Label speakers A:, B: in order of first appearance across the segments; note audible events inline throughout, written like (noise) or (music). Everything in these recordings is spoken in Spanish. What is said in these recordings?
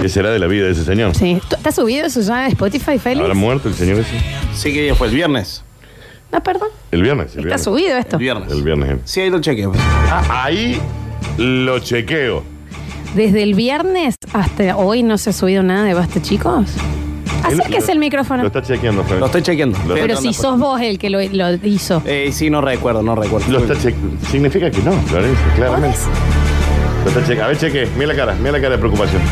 A: ¿Qué será de la vida de ese señor?
B: Sí. ¿Tú- ¿Está subido eso ya en Spotify, Félix?
A: ¿Habrá muerto el señor ese?
C: Sí, ¿qué día fue? ¿El viernes?
B: No, perdón.
A: El viernes. El
B: Está
A: viernes.
B: subido esto.
C: El viernes.
A: El viernes. eh.
C: Sí, ahí lo chequeo.
A: Ah, ahí lo chequeo.
B: Desde el viernes hasta hoy no se ha subido nada de basta, chicos. Acérquese
A: Lo-
B: el
A: Lo
B: micrófono.
A: está chequeando, Fran.
C: Lo estoy chequeando.
A: Lo-
B: Pero si sos vos el que lo, lo hizo.
C: Eh, sí, no recuerdo, no recuerdo.
A: Lo está chequeando. Significa que no, Florencia, claramente.
B: ¿Podés?
A: Lo está cheque- A ver, cheque. Mira la cara. Mira la cara de preocupación.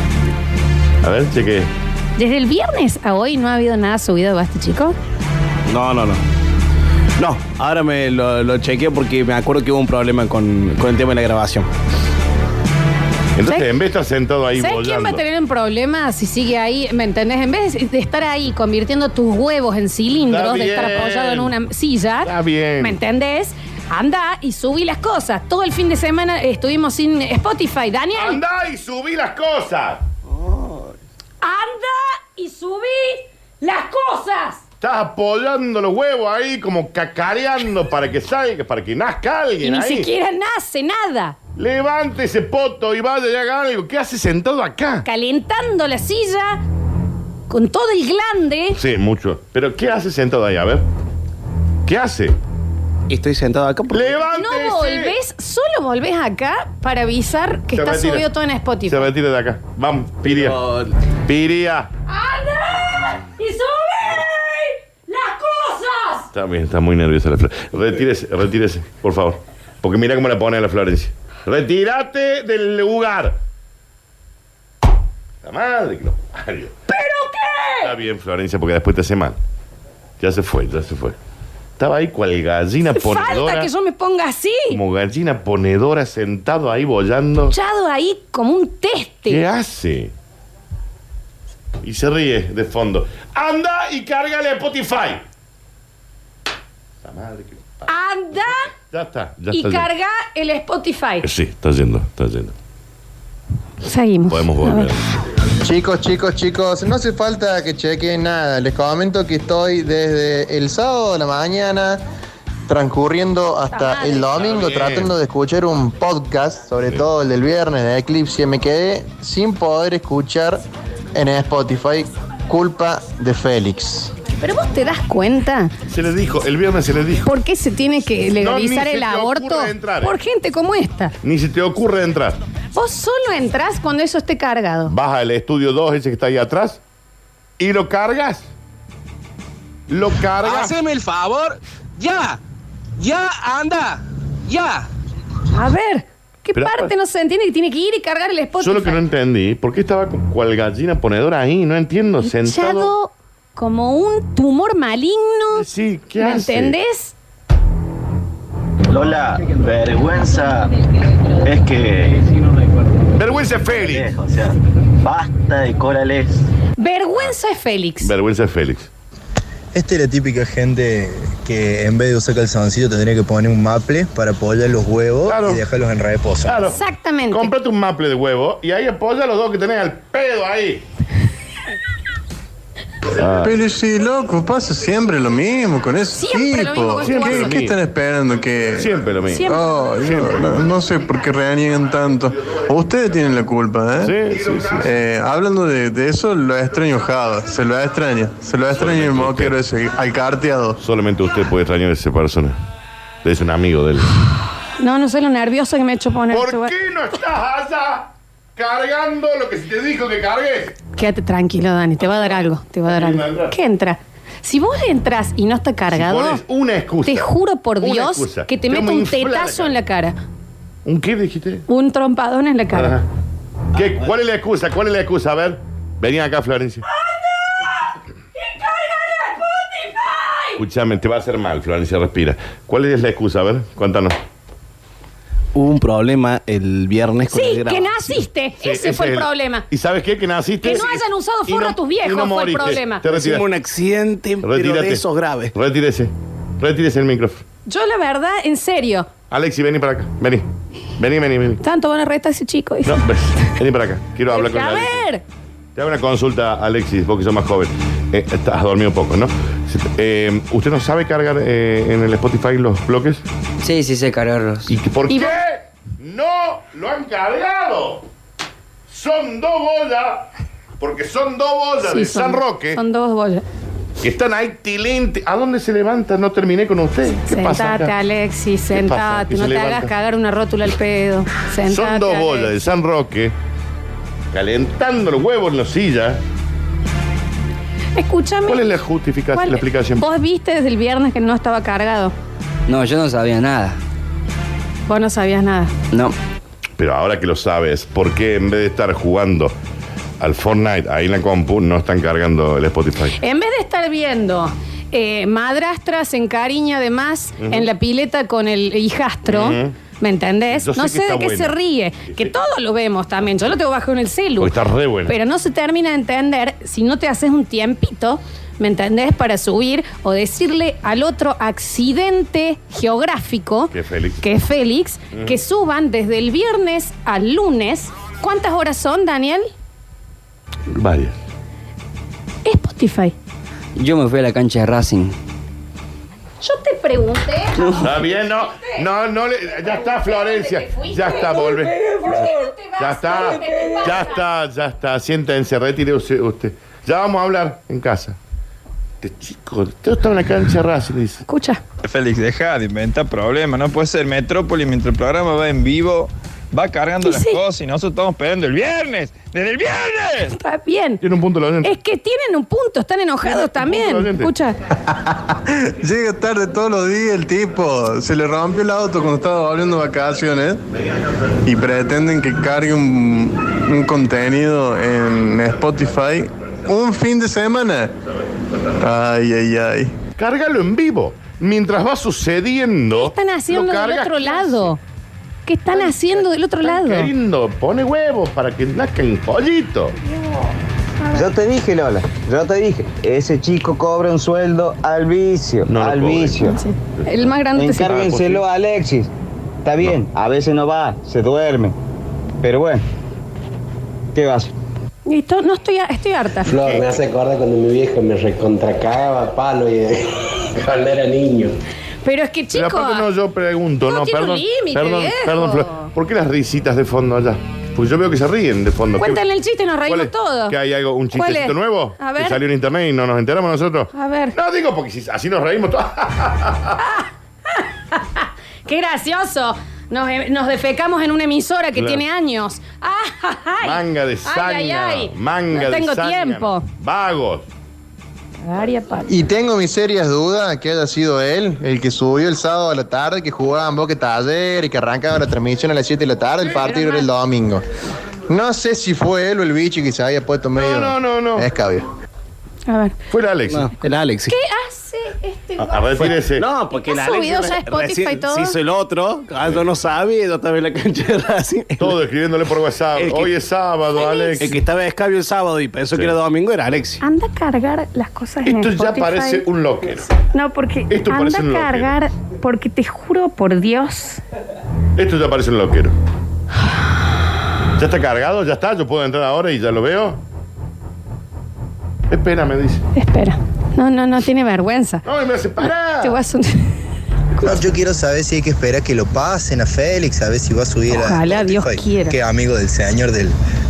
A: A ver, cheque.
B: Desde el viernes a hoy no ha habido nada subido de basta, chicos.
C: No, no, no. No, ahora me lo, lo chequeo porque me acuerdo que hubo un problema con, con el tema de la grabación.
A: Entonces,
B: ¿Sabes-
A: en vez de estar sentado ahí
B: ¿Sabes quién va a
A: bollando.
B: tener un problema si sigue ahí? ¿Me entendés? En vez de- de estar ahí convirtiendo tus huevos en
A: Está
B: cilindros, de estar
A: bien.
B: apoyado en una silla.
A: Está bien.
B: ¿Me entendés? Anda y subí las cosas. Todo el fin de semana estuvimos sin Spotify. Daniel, anda,
A: ¡Andá y subí las cosas!
B: y subí las cosas.
A: Estás apoyando los huevos ahí, como cacareando para que salga, para que nazca
B: Y
A: alguien
B: ni
A: ahí.
B: siquiera nace nada.
A: Levante ese poto y vaya y haga algo. ¿Qué hace sentado acá?
B: Calentando la silla con todo el glande.
A: Sí, mucho. Pero ¿qué hace sentado ahí? A ver. ¿Qué hace?
C: Y estoy sentado acá porque...
B: No
A: Levántese.
B: volvés, solo volvés acá para avisar que
A: Se
B: está
A: retira.
B: subido todo en Spotify.
A: Se retira de acá. Vamos, Piria.
C: Pero-
A: Piria.
B: ¡Anda! ¡Y sube las cosas!
A: Está bien, está muy nerviosa la flor. Retírese, retírese, por favor. Porque mira cómo la pone la Florencia. Retírate del lugar. La madre que lo parió.
B: ¿Pero qué?
A: Está bien, Florencia, porque después te hace mal. Ya se fue, ya se fue. Estaba ahí cual gallina
B: Falta
A: ponedora.
B: que yo me ponga así.
A: Como gallina ponedora sentado ahí bollando.
B: Echado ahí como un
A: ¿Qué
B: teste.
A: hace? Y se ríe de fondo. Anda y cárgale a Spotify. La madre que lo parió.
B: Anda
A: Ya está, ya
B: y
A: está. yendo.
B: carga el Spotify.
A: Sí, está yendo, está yendo.
B: Seguimos.
A: Podemos
B: A
A: volver.
B: ver.
D: Chicos, chicos, chicos, no hace falta que chequen nada. Les comento que estoy desde el sábado de la mañana transcurriendo hasta
B: madre.
D: el domingo
A: Está bien.
D: tratando de escuchar un podcast, sobre
A: Sí.
D: todo el del viernes de Eclipse. Me quedé sin poder escuchar en Spotify. Culpa de Félix.
B: Pero vos te das cuenta
A: Se les dijo, el viernes se les dijo.
B: por qué se tiene que legalizar
A: ni se
B: el
A: te
B: aborto
A: ocurra entrar, eh.
B: por gente como esta.
A: Ni se te ocurre entrar.
B: Vos solo entrás cuando eso esté cargado.
A: Vas al estudio 2, ese que está ahí atrás, y lo cargas. Lo cargas.
B: Ah,
E: Haceme el favor, ya, ya anda, ya.
B: A ver, ¿qué
A: Pero-
B: parte no se entiende que tiene que ir y cargar el Spotify?
A: Yo lo que no entendí, ¿por qué estaba con cual gallina ponedora ahí? No entiendo, sentado.
B: Echado como un tumor maligno.
A: Sí, ¿qué
B: ¿Me
A: hace?
B: entendés?
F: Lola, vergüenza es que.
A: Vergüenza es Félix.
F: O sea, basta de corales.
B: Vergüenza es Félix.
A: Vergüenza es Félix.
G: Esta es la típica gente que en vez de usar calzoncillo tendría que poner un maple para apoyar los huevos
A: Claro.
G: y dejarlos en reposo.
A: Claro.
B: Exactamente.
A: Cómprate un maple de huevo y ahí apoya los dos que tenés al pedo ahí.
H: Pero sí, loco, pasa siempre lo mismo con esos
B: Siempre lo mismo
H: tipos.
B: con este
H: ¿Qué-
A: guaso.
H: ¿Qué, están esperando? Que...
A: Siempre lo mismo.
B: Siempre.
H: Ay, no, no, no sé por qué reniegan tanto. Ustedes tienen la culpa, ¿eh?
A: Sí, sí, sí.
H: Eh, hablando de, de eso, lo extraño Java, se lo extraña, se lo extraña el moquero ese, al carteado.
A: Solamente usted puede extrañar a esa persona. Es un amigo de él.
B: No, no sé lo nervioso que me ha hecho poner.
A: ¿Por
B: este güey.
A: qué no estás allá cargando lo que se te dijo que cargues?
B: Quédate tranquilo, Dani. Te va a dar algo. Te va a dar
A: Sí, va a
B: algo.
A: entrar.
B: ¿Qué entra? Si vos entras y no está
A: Si
B: cargado,
A: pones una excusa.
B: te juro por
A: Una
B: Dios
A: excusa.
B: que te
A: Yo
B: meto
A: me
B: un
A: infla la
B: tetazo
A: cara.
B: en la cara.
A: ¿Un qué dijiste?
B: Un trompadón en la cara.
A: Ajá.
B: Ah,
A: ¿Qué-
B: pues.
A: ¿Cuál es la excusa? ¿Cuál es la excusa? A ver, vení acá, Florencia. Escúchame, te va a hacer mal, Florencia, respira. ¿Cuál es la excusa? A ver, cuéntanos.
C: Hubo un problema el viernes con
B: Sí,
C: la
B: que
C: grabación.
B: naciste.
A: Sí,
B: ese fue
A: es
B: el problema.
A: ¿Y sabes qué? Que naciste.
B: Que no hayan usado
A: y
B: forro a tus viejos
A: y
B: fue el
A: moriste.
B: problema.
A: Te retiras.
C: Hicimos un accidente, pero
A: Retírate.
C: de esos graves.
A: Retírese. Retírese el micrófono.
B: Yo, la verdad, en serio.
A: Alexi, vení para acá. Vení. Vení, vení, vení.
B: Tanto van a retar a ese chico.
A: No, ven- vení para acá. Quiero hablar con
B: a
A: Alexis.
B: ver.
A: Te hago una consulta, Alexis, vos que sos más joven. Eh, has dormido poco, ¿no? Eh, ¿Usted no sabe cargar eh, en el Spotify los bloques?
I: Sí, sí, sé cargarlos.
A: ¿Y que- por
B: ¿Y
A: qué
B: vos?
A: no lo han cargado? Son dos bolas Porque son dos bollas
B: Sí,
A: de
B: son-
A: San Roque
B: Son dos bollas.
A: que están ahí tilín. ti- ¿A dónde se levanta? No terminé con usted. ¿Qué pasa?
B: Sentate,
A: acá?
B: Alexis,
A: ¿Qué pasa? ¿Que
B: sentate. No
A: se
B: te
A: levanta?
B: hagas cagar una rótula al pedo. Sentate.
A: Son dos
B: Alex.
A: bolas de San Roque calentando los huevos en la silla.
B: Escúchame.
A: ¿Cuál es la justificación,
B: ¿Cuál-
A: la explicación?
B: Vos viste desde el viernes que no estaba cargado.
I: No, yo no sabía nada.
B: Vos no sabías nada.
I: No.
A: Pero ahora que lo sabes, ¿por qué en vez de estar jugando al Fortnite ahí en la compu no están cargando el Spotify?
B: En vez de estar viendo eh, madrastras en cariño además en la pileta con el hijastro,
A: Ujú.
B: ¿me entendés?
A: Yo sé
B: no
A: que
B: sé de
A: está
B: qué se
A: bueno.
B: ríe, que todos lo vemos también. Yo lo tengo bajo en el celu.
A: Porque está re bueno.
B: Pero no se termina de entender si no te haces un tiempito, ¿me entendés? Para subir o decirle al otro accidente geográfico,
A: Que es Félix.
B: que, es Félix, que suban desde el viernes al lunes. ¿Cuántas horas son, Daniel?
A: Varias.
B: Spotify.
I: Yo me fui a la cancha de Racing.
B: Yo te pregunté.
A: (laughs) Está bien, no, no, no, le- ya está Florencia, ya está, volve. Ya está, ya está, ya está, siéntense, retírese usted. Ya vamos a hablar en casa. Este chico, usted está en la cancha Racing, dice.
B: Escucha.
G: Félix, deja de inventar problemas. No puede ser Metrópoli mientras el programa va en vivo. Va cargando
B: Y
G: las
B: sí.
G: cosas y nosotros estamos esperando el viernes. ¡Desde el viernes!
B: Está bien.
A: Tiene un punto la oyente.
B: Es que tienen un punto, están enojados también.
A: oyente.
B: Escucha.
H: Llega tarde todos los días el tipo. Se le rompió el auto cuando estaba volviendo de vacaciones. Y pretenden que cargue un, un contenido en Spotify un fin de semana. Ay, ay, ay.
A: Cárgalo en vivo. Mientras va sucediendo.
B: ¿Qué están haciendo
A: lo
B: del
A: cargas
B: otro lado? ¿Qué están haciendo del otro lado?
A: Queriendo, pone huevos para que nazcan pollito.
F: Yo te dije, Lola, yo te dije, ese chico cobra un sueldo al vicio,
A: No lo
F: al
A: cobre.
F: vicio.
B: Sí. El más grande sí.
J: Ah,
F: Encárguenselo a Alexis. Está bien, a veces no va, se duerme. Pero bueno, ¿qué vas?
B: Listo, no estoy, estoy harta.
J: Flor, me hace acordar cuando mi vieja me recontracagaba a palo y (laughs) cuando era niño.
B: Pero es que,
A: Pero
B: chicos,
A: aparte no, yo pregunto,
B: todo
A: no,
B: tiene un
A: perdón.
B: límite,
A: perdón,
B: viejo.
A: perdón, Flor. ¿Por qué las risitas de fondo allá? Porque yo veo que se ríen de fondo. ¿Qué-
B: cuéntale el chiste, nos
A: ¿Cuál
B: reímos
A: es?
B: todos.
A: ¿Que hay algo, un
B: ¿Cuál
A: chistecito
B: es?
A: nuevo?
B: A
A: Que
B: ver.
A: salió en internet y no nos enteramos nosotros.
B: A ver.
A: No digo porque si- así nos reímos todos.
B: ¡Qué gracioso! Nos, eh, nos defecamos en una emisora que
A: Claro.
B: tiene años. ¡Ah, ay, (laughs) ay!
A: manga de
B: Ay,
A: sangre.
B: ay, ay.
A: Manga
B: no
A: de
B: tengo
A: zángano.
B: tiempo.
A: Vagos.
B: Cagar y a palo.
D: Y tengo mis serias dudas que haya sido él el que subió el sábado a la tarde, que jugaban Boca Taller y que arrancaba la transmisión a las 7 de la tarde, el partido era el domingo. No sé si fue él o el bicho que se había puesto medio.
A: no, no, no.
D: Escabio.
B: A ver.
A: Fue el Alex.
C: No, el Alex.
B: ¿Qué hace este
A: A, a retírese.
C: No, porque el
B: ¿Está
C: Alex
B: subido ya Spotify
C: recién
B: todo?
C: Se hizo el otro. Ah, yo no sabía, yo estaba en la cancha de Racing.
A: Todo escribiéndole por WhatsApp.
C: El que-
A: Hoy es sábado, Alex.
C: El que estaba de escabio el sábado y pensó que era domingo era Alexis.
B: Anda a cargar las cosas en
A: Esto ya
B: Spotify.
A: parece un locker.
B: No, porque
A: Esto
B: anda
A: parece un
B: a
A: loquero.
B: cargar, porque te juro por Dios.
A: Esto ya parece un loquero. ¿Ya está cargado? ¿Ya está? ¿Yo puedo entrar ahora y ya lo veo? Espera, me dice.
B: Espera. No, no, no tiene vergüenza.
A: No, y me hace parar.
B: Te voy a asun-
G: (laughs) yo quiero saber si hay que esperar que lo pasen a Félix, a ver si va a subir a.
B: Ojalá, Dios
G: Spotify.
B: quiera.
G: Qué amigo del señor del,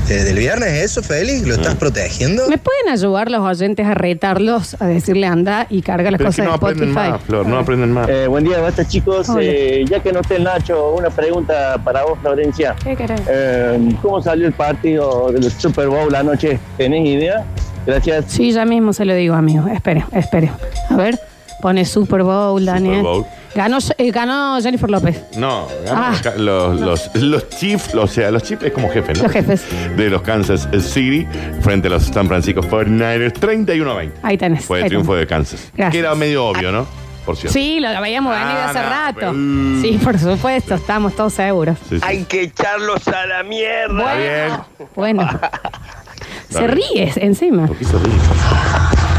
G: eh, del viernes, ¿eso, Félix? ¿Lo estás protegiendo?
B: ¿Me pueden ayudar los oyentes a retarlos, a decirle anda y carga las
A: Pero es que
B: cosas
A: no
B: de
A: aprenden
B: Spotify?
A: más, Flor, no aprenden más.
F: Eh, buen día, basta chicos.
B: Hola.
F: Eh, ya que no está el Nacho, una pregunta para vos, Florencia.
B: ¿Qué querés?
F: Eh, ¿Cómo salió el partido del Super Bowl anoche? ¿Tenés idea? Gracias.
B: Sí, ya mismo se lo digo, amigo. Espere, espere. A ver, pone Super Bowl, Daniel.
A: Bowl.
B: Ganó, eh, ganó Jennifer López.
A: No, ganó
B: Ah.
A: los ca- los, los, los Chiefs, o sea, los Chiefs es como jefe, ¿no?
B: Los jefes.
A: De los Kansas City frente a los San Francisco 49ers, 31 a 20.
B: Ahí tenés.
A: Fue el
B: ahí
A: triunfo de
B: tenés.
A: Kansas.
B: Gracias.
A: Que era medio obvio, ¿no? Por cierto.
B: Sí, lo habíamos
A: Ah,
B: venido hace
A: no,
B: rato.
A: pero- uh.
B: Sí, por supuesto, estamos todos seguros.
A: Sí, sí.
E: que echarlos a la mierda.
A: Está bien. (laughs)
B: Bueno. Se
A: bien.
B: ríes encima.
A: ¿Por qué se ríe?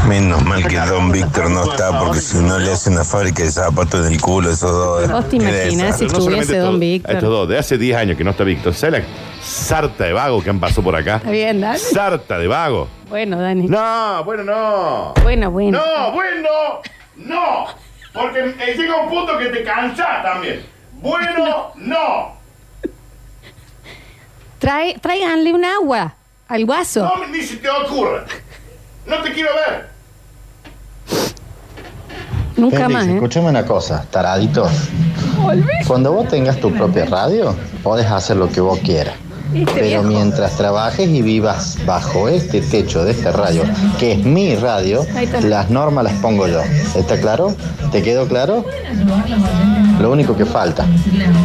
G: Menos mal que Don Víctor no está, porque si no le hace una fábrica de zapatos en el culo, esos dos.
B: ¿Vos te imaginas si
A: Pero no solamente
B: estuviese Don
A: estos- a Estos
B: Víctor?
A: dos, de hace 10 años que no está Víctor. ¿Sabes la sarta de vago que han pasado por acá?
B: Está bien, Dani.
A: Sarta de vago.
B: Bueno, Dani.
A: No, bueno, no.
B: Bueno, bueno.
A: No, bueno, no. Porque eh, llega un punto que te cansás también.
B: (laughs)
A: Bueno, no.
B: Trae, tráiganle un agua. al guaso.
A: No, ni se te ocurra. No te quiero ver.
B: Nunca
D: Félix,
B: más, ¿eh?
D: Escúchame una cosa, taradito. Cuando vos tengas tu propia radio, podés hacer lo que vos quieras.
B: Este
D: Pero
B: viejo.
D: mientras trabajes y vivas bajo este techo de esta radio, que es mi radio,
B: Ahí está.
D: las normas las pongo yo. ¿Está claro? ¿Te quedó claro? Lo único que falta.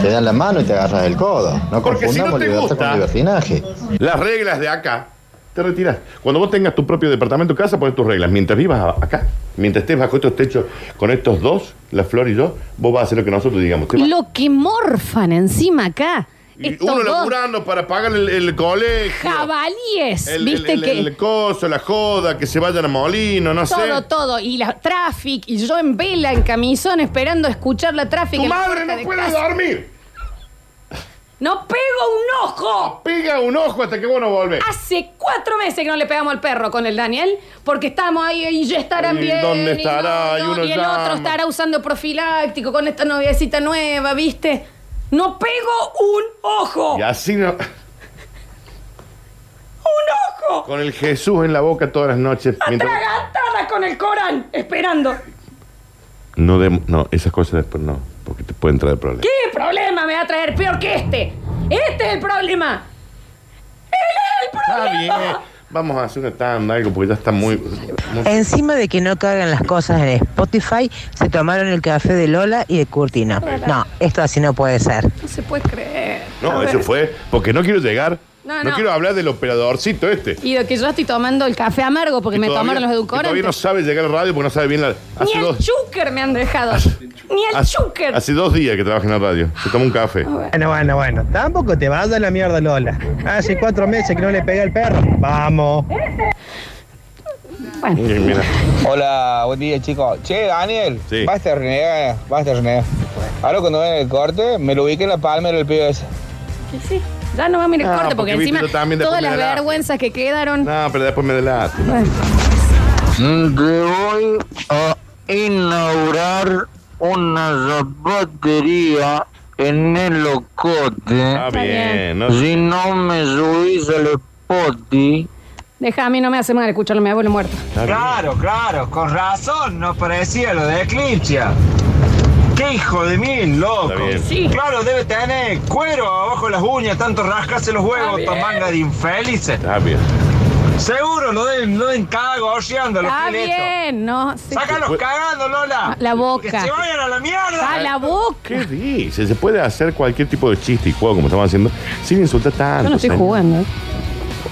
D: Te dan la mano y te agarras el codo. No
A: Porque si no
D: confundamos
A: te
D: libertad
A: gusta-
D: con libertinaje.
A: Las reglas de acá, te retiras. Cuando vos tengas tu propio departamento, casa, pones tus reglas. Mientras vivas a- acá, mientras estés bajo estos techos con estos dos, la flor y yo, vos vas a hacer lo que nosotros digamos. Te vas.
B: Lo que morfan encima acá.
A: Y
B: Estos
A: uno
B: dos
A: laburando para pagar el, el colegio.
B: jabalíes,
A: El,
B: viste
A: el- el-
B: que
A: el coso, la joda, que se vayan a Molino, no
B: todo,
A: sé.
B: todo, y la traffic, y yo en vela, en camisón, esperando escuchar la traffic.
A: Tu
B: en la
A: madre
B: puerta
A: no
B: de
A: puede
B: casa.
A: dormir.
B: ¡No pego un ojo!
A: Pega un ojo hasta que vos no volvés.
B: Hace cuatro meses que no le pegamos al perro con el Daniel, porque estamos ahí y ya estarán
A: ¿Y
B: bien.
A: dónde estará?
B: no,
A: Y uno
B: y el
A: llama.
B: otro estará usando profiláctico con esta noviecita nueva, ¿viste? ¡No pego un ojo!
A: Y así no.
B: ¡Un ojo!
A: Con el Jesús en la boca todas las noches. mientras-
B: Atragantada con el Corán, esperando.
A: No, dem- no, esas cosas después no, porque te pueden traer problemas.
B: ¿Qué problema me va a traer? Peor que este. Este es el problema.
A: Está bien. eh. Vamos a hacer una tanda, algo, porque ya está muy. muy-
K: Encima de que no cargan las cosas en Spotify, se tomaron el café de Lola y de Curtino. No, esto así no puede ser.
B: No se puede creer. A
A: No,
B: ver.
A: eso fue porque no quiero llegar.
B: No,
A: No,
B: no.
A: quiero hablar del operadorcito este.
B: Y de que yo estoy tomando el café amargo porque
A: Que
B: me
A: todavía-
B: tomaron los
A: que Todavía no
B: edulcorantes.
A: sabe llegar al radio porque no sabe bien la.
B: Ni
A: Hace
B: el
A: dos,
B: chúquer me han dejado. Ni el
A: hace,
B: chúquer.
A: hace dos días que trabaja en la radio. Se toma un café.
L: Bueno, bueno, bueno. Tampoco te vas a la mierda, Lola. Hace cuatro meses que no le pega el perro. Vamos.
B: Bueno.
F: Hola, buen día chicos. Che, Daniel, basta de renegar, basta de renegar. Ahora cuando ven el corte, me lo ubiqué en la palma del pibe ese.
B: Y sí, ya no vamos a ir al
A: Ah,
B: corte
A: porque
B: porque,
A: viste,
B: encima
A: yo también después
B: todas
A: me
B: las
A: delato.
B: vergüenzas que quedaron.
A: No, pero después me delato.
B: Bueno.
M: voy a inaugurar una zapatería en el locote.
A: bien, no
M: Si no me subís al spotty.
B: Deja, a mí no me hace mal escucharlo, mi abuelo muerto.
F: Claro, claro, con razón nos parecía lo de Eclipsia. ¡Qué hijo de mil, loco! Claro, debe tener cuero abajo de las uñas, tanto rascarse los
A: Está
F: huevos, esta
A: bien.
F: manga de infelices.
A: Está bien.
F: Seguro lo deben, lo deben cagar gorreando los
B: Está
F: filetos.
B: bien, no. sí.
N: Pues-
B: Ah,
F: Sácalos cagando, Lola.
B: La boca.
F: Que se vayan a la mierda.
B: A la boca.
A: ¿Qué dice? Se puede hacer cualquier tipo de chiste y juego como estamos haciendo sin insultar tanto.
B: Yo no estoy
A: señor.
B: jugando. ¿eh?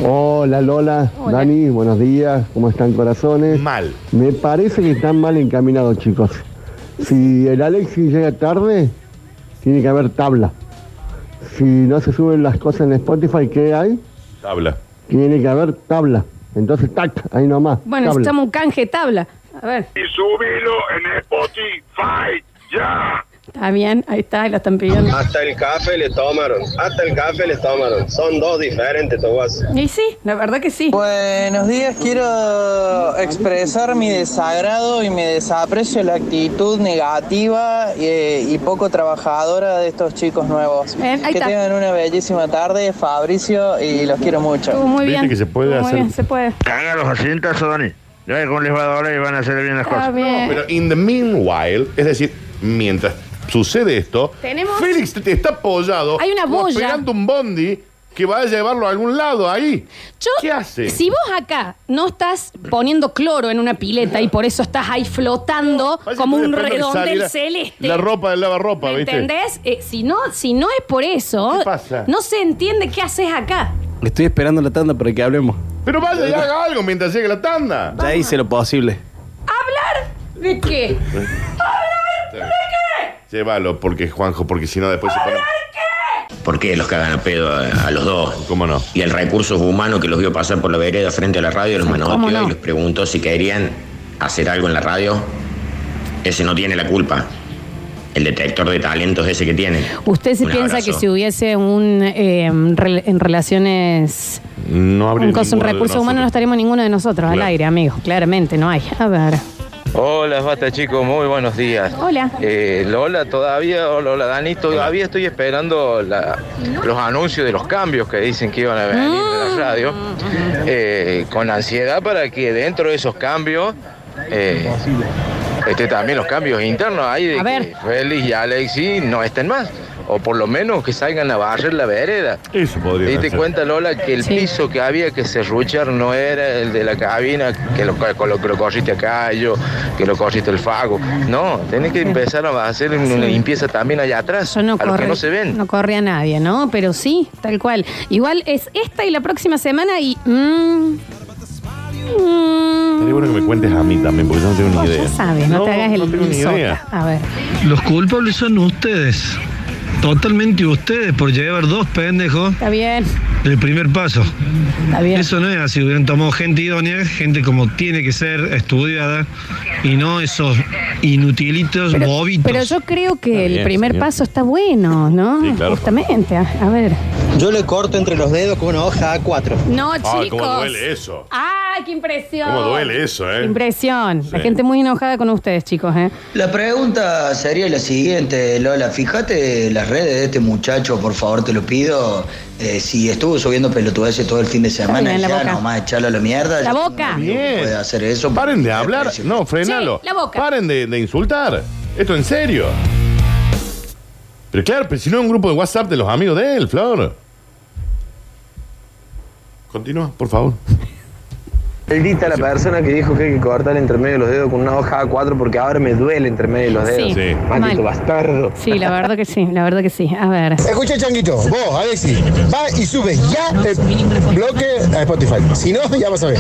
O: Hola Lola, Dani, buenos días, ¿cómo están corazones?
A: Mal.
O: Me parece que están mal encaminados chicos. Si el Alexis llega tarde, tiene que haber tabla. Si no se suben las cosas en Spotify, ¿qué hay?
A: Tabla.
O: Tiene que haber tabla. Entonces, tac, ahí nomás.
B: Bueno,
O: tabla.
B: necesitamos un canje de tabla. A ver.
H: Y subilo en Spotify. ¡Ya!
B: Está bien, ahí está, ahí la están pidiendo.
P: Hasta el café le tomaron, hasta el café le tomaron. Son dos diferentes, Tobas.
B: Y sí, la verdad que sí.
K: Buenos días, quiero expresar mi desagrado y mi desaprecio a la actitud negativa eh, y, poco trabajadora de estos chicos nuevos.
B: Bien, Eh, ahí
K: que
B: está.
K: tengan una bellísima tarde, Fabricio, y los quiero mucho.
B: Estuvo muy bien.
K: bien.
B: Estuvo Muy bien, se puede.
H: Caga los asientos, Dani. Ya cómo les va a doler y van a hacer bien las
B: Está
H: cosas.
B: bien.
A: Pero in the meanwhile, es decir, mientras sucede esto,
B: Tenemos-
A: Félix te- te está apoyado.
B: Hay una
A: como
B: boya.
A: Esperando un bondi que va a llevarlo a algún lado ahí.
B: Yo-
A: ¿Qué hace?
B: Si vos acá no estás poniendo cloro en una pileta y por eso estás ahí flotando como un
A: Después no le
B: redondel
A: sale la-
B: celeste.
A: La ropa del lavarropa,
B: ¿Me
A: ¿viste?
B: entendés? Eh, si, no, si no es por eso,
C: ¿Qué pasa?
B: no se entiende qué haces acá.
C: Estoy esperando la tanda para que hablemos.
A: Pero vaya y haga algo mientras llegue la tanda.
C: Ya hice lo posible.
B: ¿Hablar de qué?
A: Llévalo, porque Juanjo, porque si no después se pone.
N: ¿Por qué los cagan a pedo a, a los dos?
A: ¿Cómo no?
N: Y el recurso humano que los vio pasar por la vereda frente a la radio los manoteó
B: no?
N: y les preguntó si querían hacer algo en la radio. Ese no tiene la culpa. El detector de talentos ese que tiene.
B: ¿Usted se
N: Un
B: piensa
N: abrazo.
B: que si hubiese un eh, rel- en relaciones
A: No
B: un, cosa- un recurso humano no estaríamos ninguno de nosotros al
A: Claro.
B: aire, amigo? Claramente no hay. A ver.
N: Hola, basta chicos, muy buenos días.
B: Hola.
N: Eh, Lola, todavía, hola, hola Dani, todavía estoy esperando la- los anuncios de los cambios que dicen que iban a venir de la radio, eh, con ansiedad para que dentro de esos cambios eh, esté también los cambios internos ahí de que Félix y Alexi no estén más. O por lo menos que salgan a barrer la vereda.
A: Eso podría
N: Diste
A: ser.
N: cuenta, Lola, que el piso que había que serruchar no era el de la cabina, que lo, que lo, que lo corriste a Cayo, que lo corriste el Fago. No, tenés que empezar a hacer una
B: Sí.
N: limpieza también allá atrás,
B: Yo no
N: a los
B: corre-
N: que no se ven.
B: No corre a nadie, ¿no? Pero sí, tal cual. Igual es esta y la próxima semana y. mm, mm,
A: Sería bueno que me cuentes a mí también, porque yo no tengo
B: vos
A: ni idea.
B: ya sabes, no, te hagas el
A: tengo ni
B: idiota.
A: idea.
B: A ver.
Q: Los culpables son ustedes. Totalmente ustedes por llevar dos pendejos.
B: Está bien.
Q: Del primer paso.
B: bien.
Q: Eso no es así. Hubieran tomado gente idónea, gente como tiene que ser, estudiada, y no esos inutilitos bobitos.
B: Pero yo creo que el
Q: bien,
B: primer
Q: señor.
B: paso está bueno, ¿no?
Q: Sí, claro.
B: Justamente. A, a ver.
F: Yo le corto entre los dedos con una hoja A4.
B: No, chicos.
A: cómo duele eso.
B: ¡Ah, qué impresión!
A: Cómo duele eso,
B: Qué
A: ¿eh?
B: Impresión. La
F: Sí.
B: gente muy enojada con ustedes, chicos, ¿eh?
F: La pregunta sería la siguiente, Lola. Fíjate las redes de este muchacho, por favor, te lo pido. Eh, si estuvo subiendo pelotudeces todo el fin de semana,
B: bien, la
F: ya
B: boca.
F: nomás echarlo a la mierda.
B: La boca.
F: Puede hacer eso.
A: Paren de hablar. No, frenalo.
B: Sí, la boca.
A: Paren de, de insultar. Esto en serio. Pero claro, pero si no es un grupo de WhatsApp de los amigos de él, Flor. Continúa, por favor.
R: Maldita la persona que dijo que hay que cortar entre medio de los dedos con una hoja A4 porque ahora me duele entre medio de los dedos.
B: Sí, Sí.
R: Maldito
B: mal.
R: bastardo.
B: Sí, la verdad que sí, la verdad que sí. A ver.
S: Escucha, Changuito, vos, Alexi, va y sube ya el bloque a Spotify. Si no, ya vas a ver.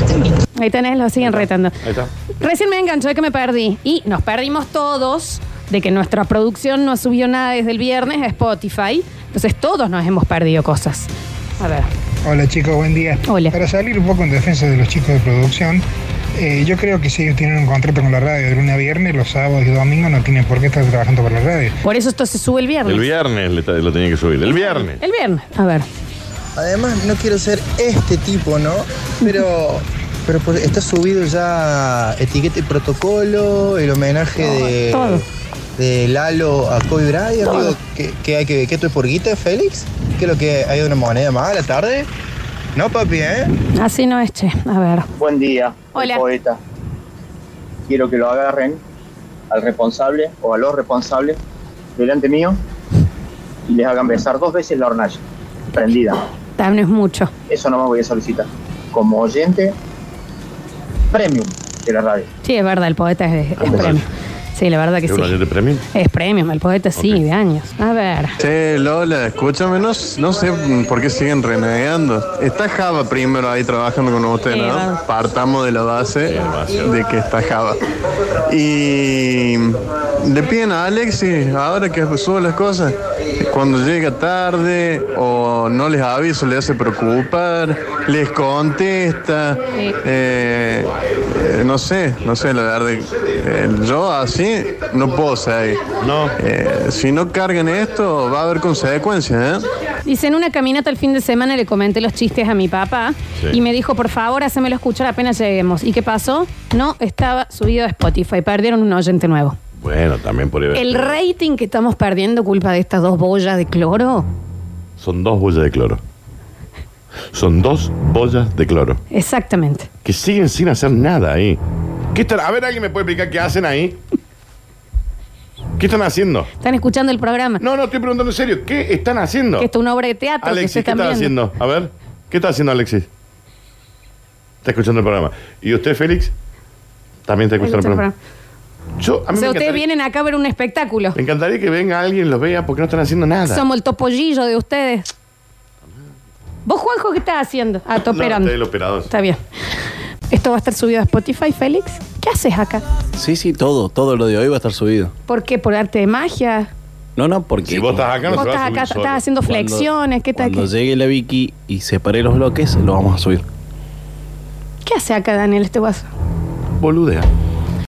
B: Ahí tenés, lo siguen retando.
A: Ahí está.
B: Recién me enganchó de que me perdí. Y nos perdimos todos de que nuestra producción no subió nada desde el viernes a Spotify. Entonces todos nos hemos perdido cosas. A ver.
T: Hola chicos, buen día. Para salir un poco en defensa de los chicos de producción, eh, yo creo que si ellos tienen un contrato con la radio de lunes a viernes, los sábados y domingos no tienen por qué estar trabajando para la radio.
B: Por eso esto se sube el viernes.
A: El viernes le ta- lo tenía que subir. El viernes.
B: El viernes. A ver.
G: Además, no quiero ser este tipo, ¿no? Pero. Pero por- está subido ya etiqueta y protocolo, el homenaje de.
B: todo.
G: De Lalo a Kobe Bryant. Digo, ¿qué, qué hay que ver? ¿Qué esto es por guita, Félix? ¿Qué es lo que hay una moneda más a la tarde? No, papi, ¿eh?
B: Así no es, che. A ver.
U: Buen día,
B: Hola.
U: el poeta. Quiero que lo agarren al responsable o a los responsables delante mío y les hagan besar dos veces la hornalla prendida.
B: También es mucho.
U: Eso no me voy a solicitar. Como oyente premium de la radio.
B: Sí, es verdad, el poeta es, es premium. Sí, la verdad que
A: ¿Es un
B: sí.
A: ayer de premium?
B: Es premium, el poeta sí, de años. A ver.
H: Che, Lola, escúchame, no, no sé por qué siguen renegando. Está Java primero ahí trabajando con usted,
B: Sí,
H: ¿no?
B: va.
H: Partamos de la base de que está Java. Y le piden a Alexis, ahora que sube las cosas, cuando llega tarde o no les avisa, le hace preocupar, les contesta. Eh, eh, no sé, no sé, la verdad. eh, yo así no puedo seguir. No. Eh, si no cargan esto, va a haber consecuencias, ¿eh?
B: Dice, en una caminata el fin de semana le comenté los chistes a mi papá
H: Sí.
B: y me dijo, por favor, hacémelo escuchar apenas lleguemos. ¿Y qué pasó? No estaba subido a Spotify, perdieron un oyente nuevo.
A: Bueno, también podría haber.
B: El rating que estamos perdiendo culpa de estas dos boyas de cloro
A: Son dos boyas de cloro. Son dos boyas de cloro.
B: Exactamente.
A: Que siguen sin hacer nada ahí. ¿Qué están? A ver, ¿alguien me puede explicar qué hacen ahí? ¿Qué están haciendo?
B: ¿Están escuchando el programa?
A: No, no, estoy preguntando en serio. ¿Qué están haciendo?
B: Que esto es una obra de teatro. que se
A: Alexis, ¿qué
B: están
A: está
B: viendo.
A: haciendo? A ver, ¿qué está haciendo Alexis? Está escuchando el programa. ¿Y usted, Félix? También está escuchando el programa. Yo, a mí
B: O
A: me,
B: sea,
A: encantaría,
B: ustedes vienen acá a ver un espectáculo.
A: me encantaría que venga alguien y los vea porque no están haciendo nada.
B: Somos el topollillo de ustedes. ¿Vos, Juanjo, qué estás haciendo? Ah,
A: No,
B: toperando.
A: ustedes, el operador.
B: Está bien. Esto va a estar subido a Spotify, Félix. ¿Qué haces acá?
C: Sí, sí, todo, todo lo de hoy va a estar subido.
B: ¿Por qué? ¿Por arte de magia?
C: No, no, porque. Si vos estás
B: acá, no Vos se va a estás subir acá, solo. estás haciendo flexiones, ¿qué tal
C: Cuando
B: que-
C: llegue la Vicky y separe los bloques, lo vamos a subir.
B: ¿Qué hace acá, Daniel, este guaso?
A: Boludea.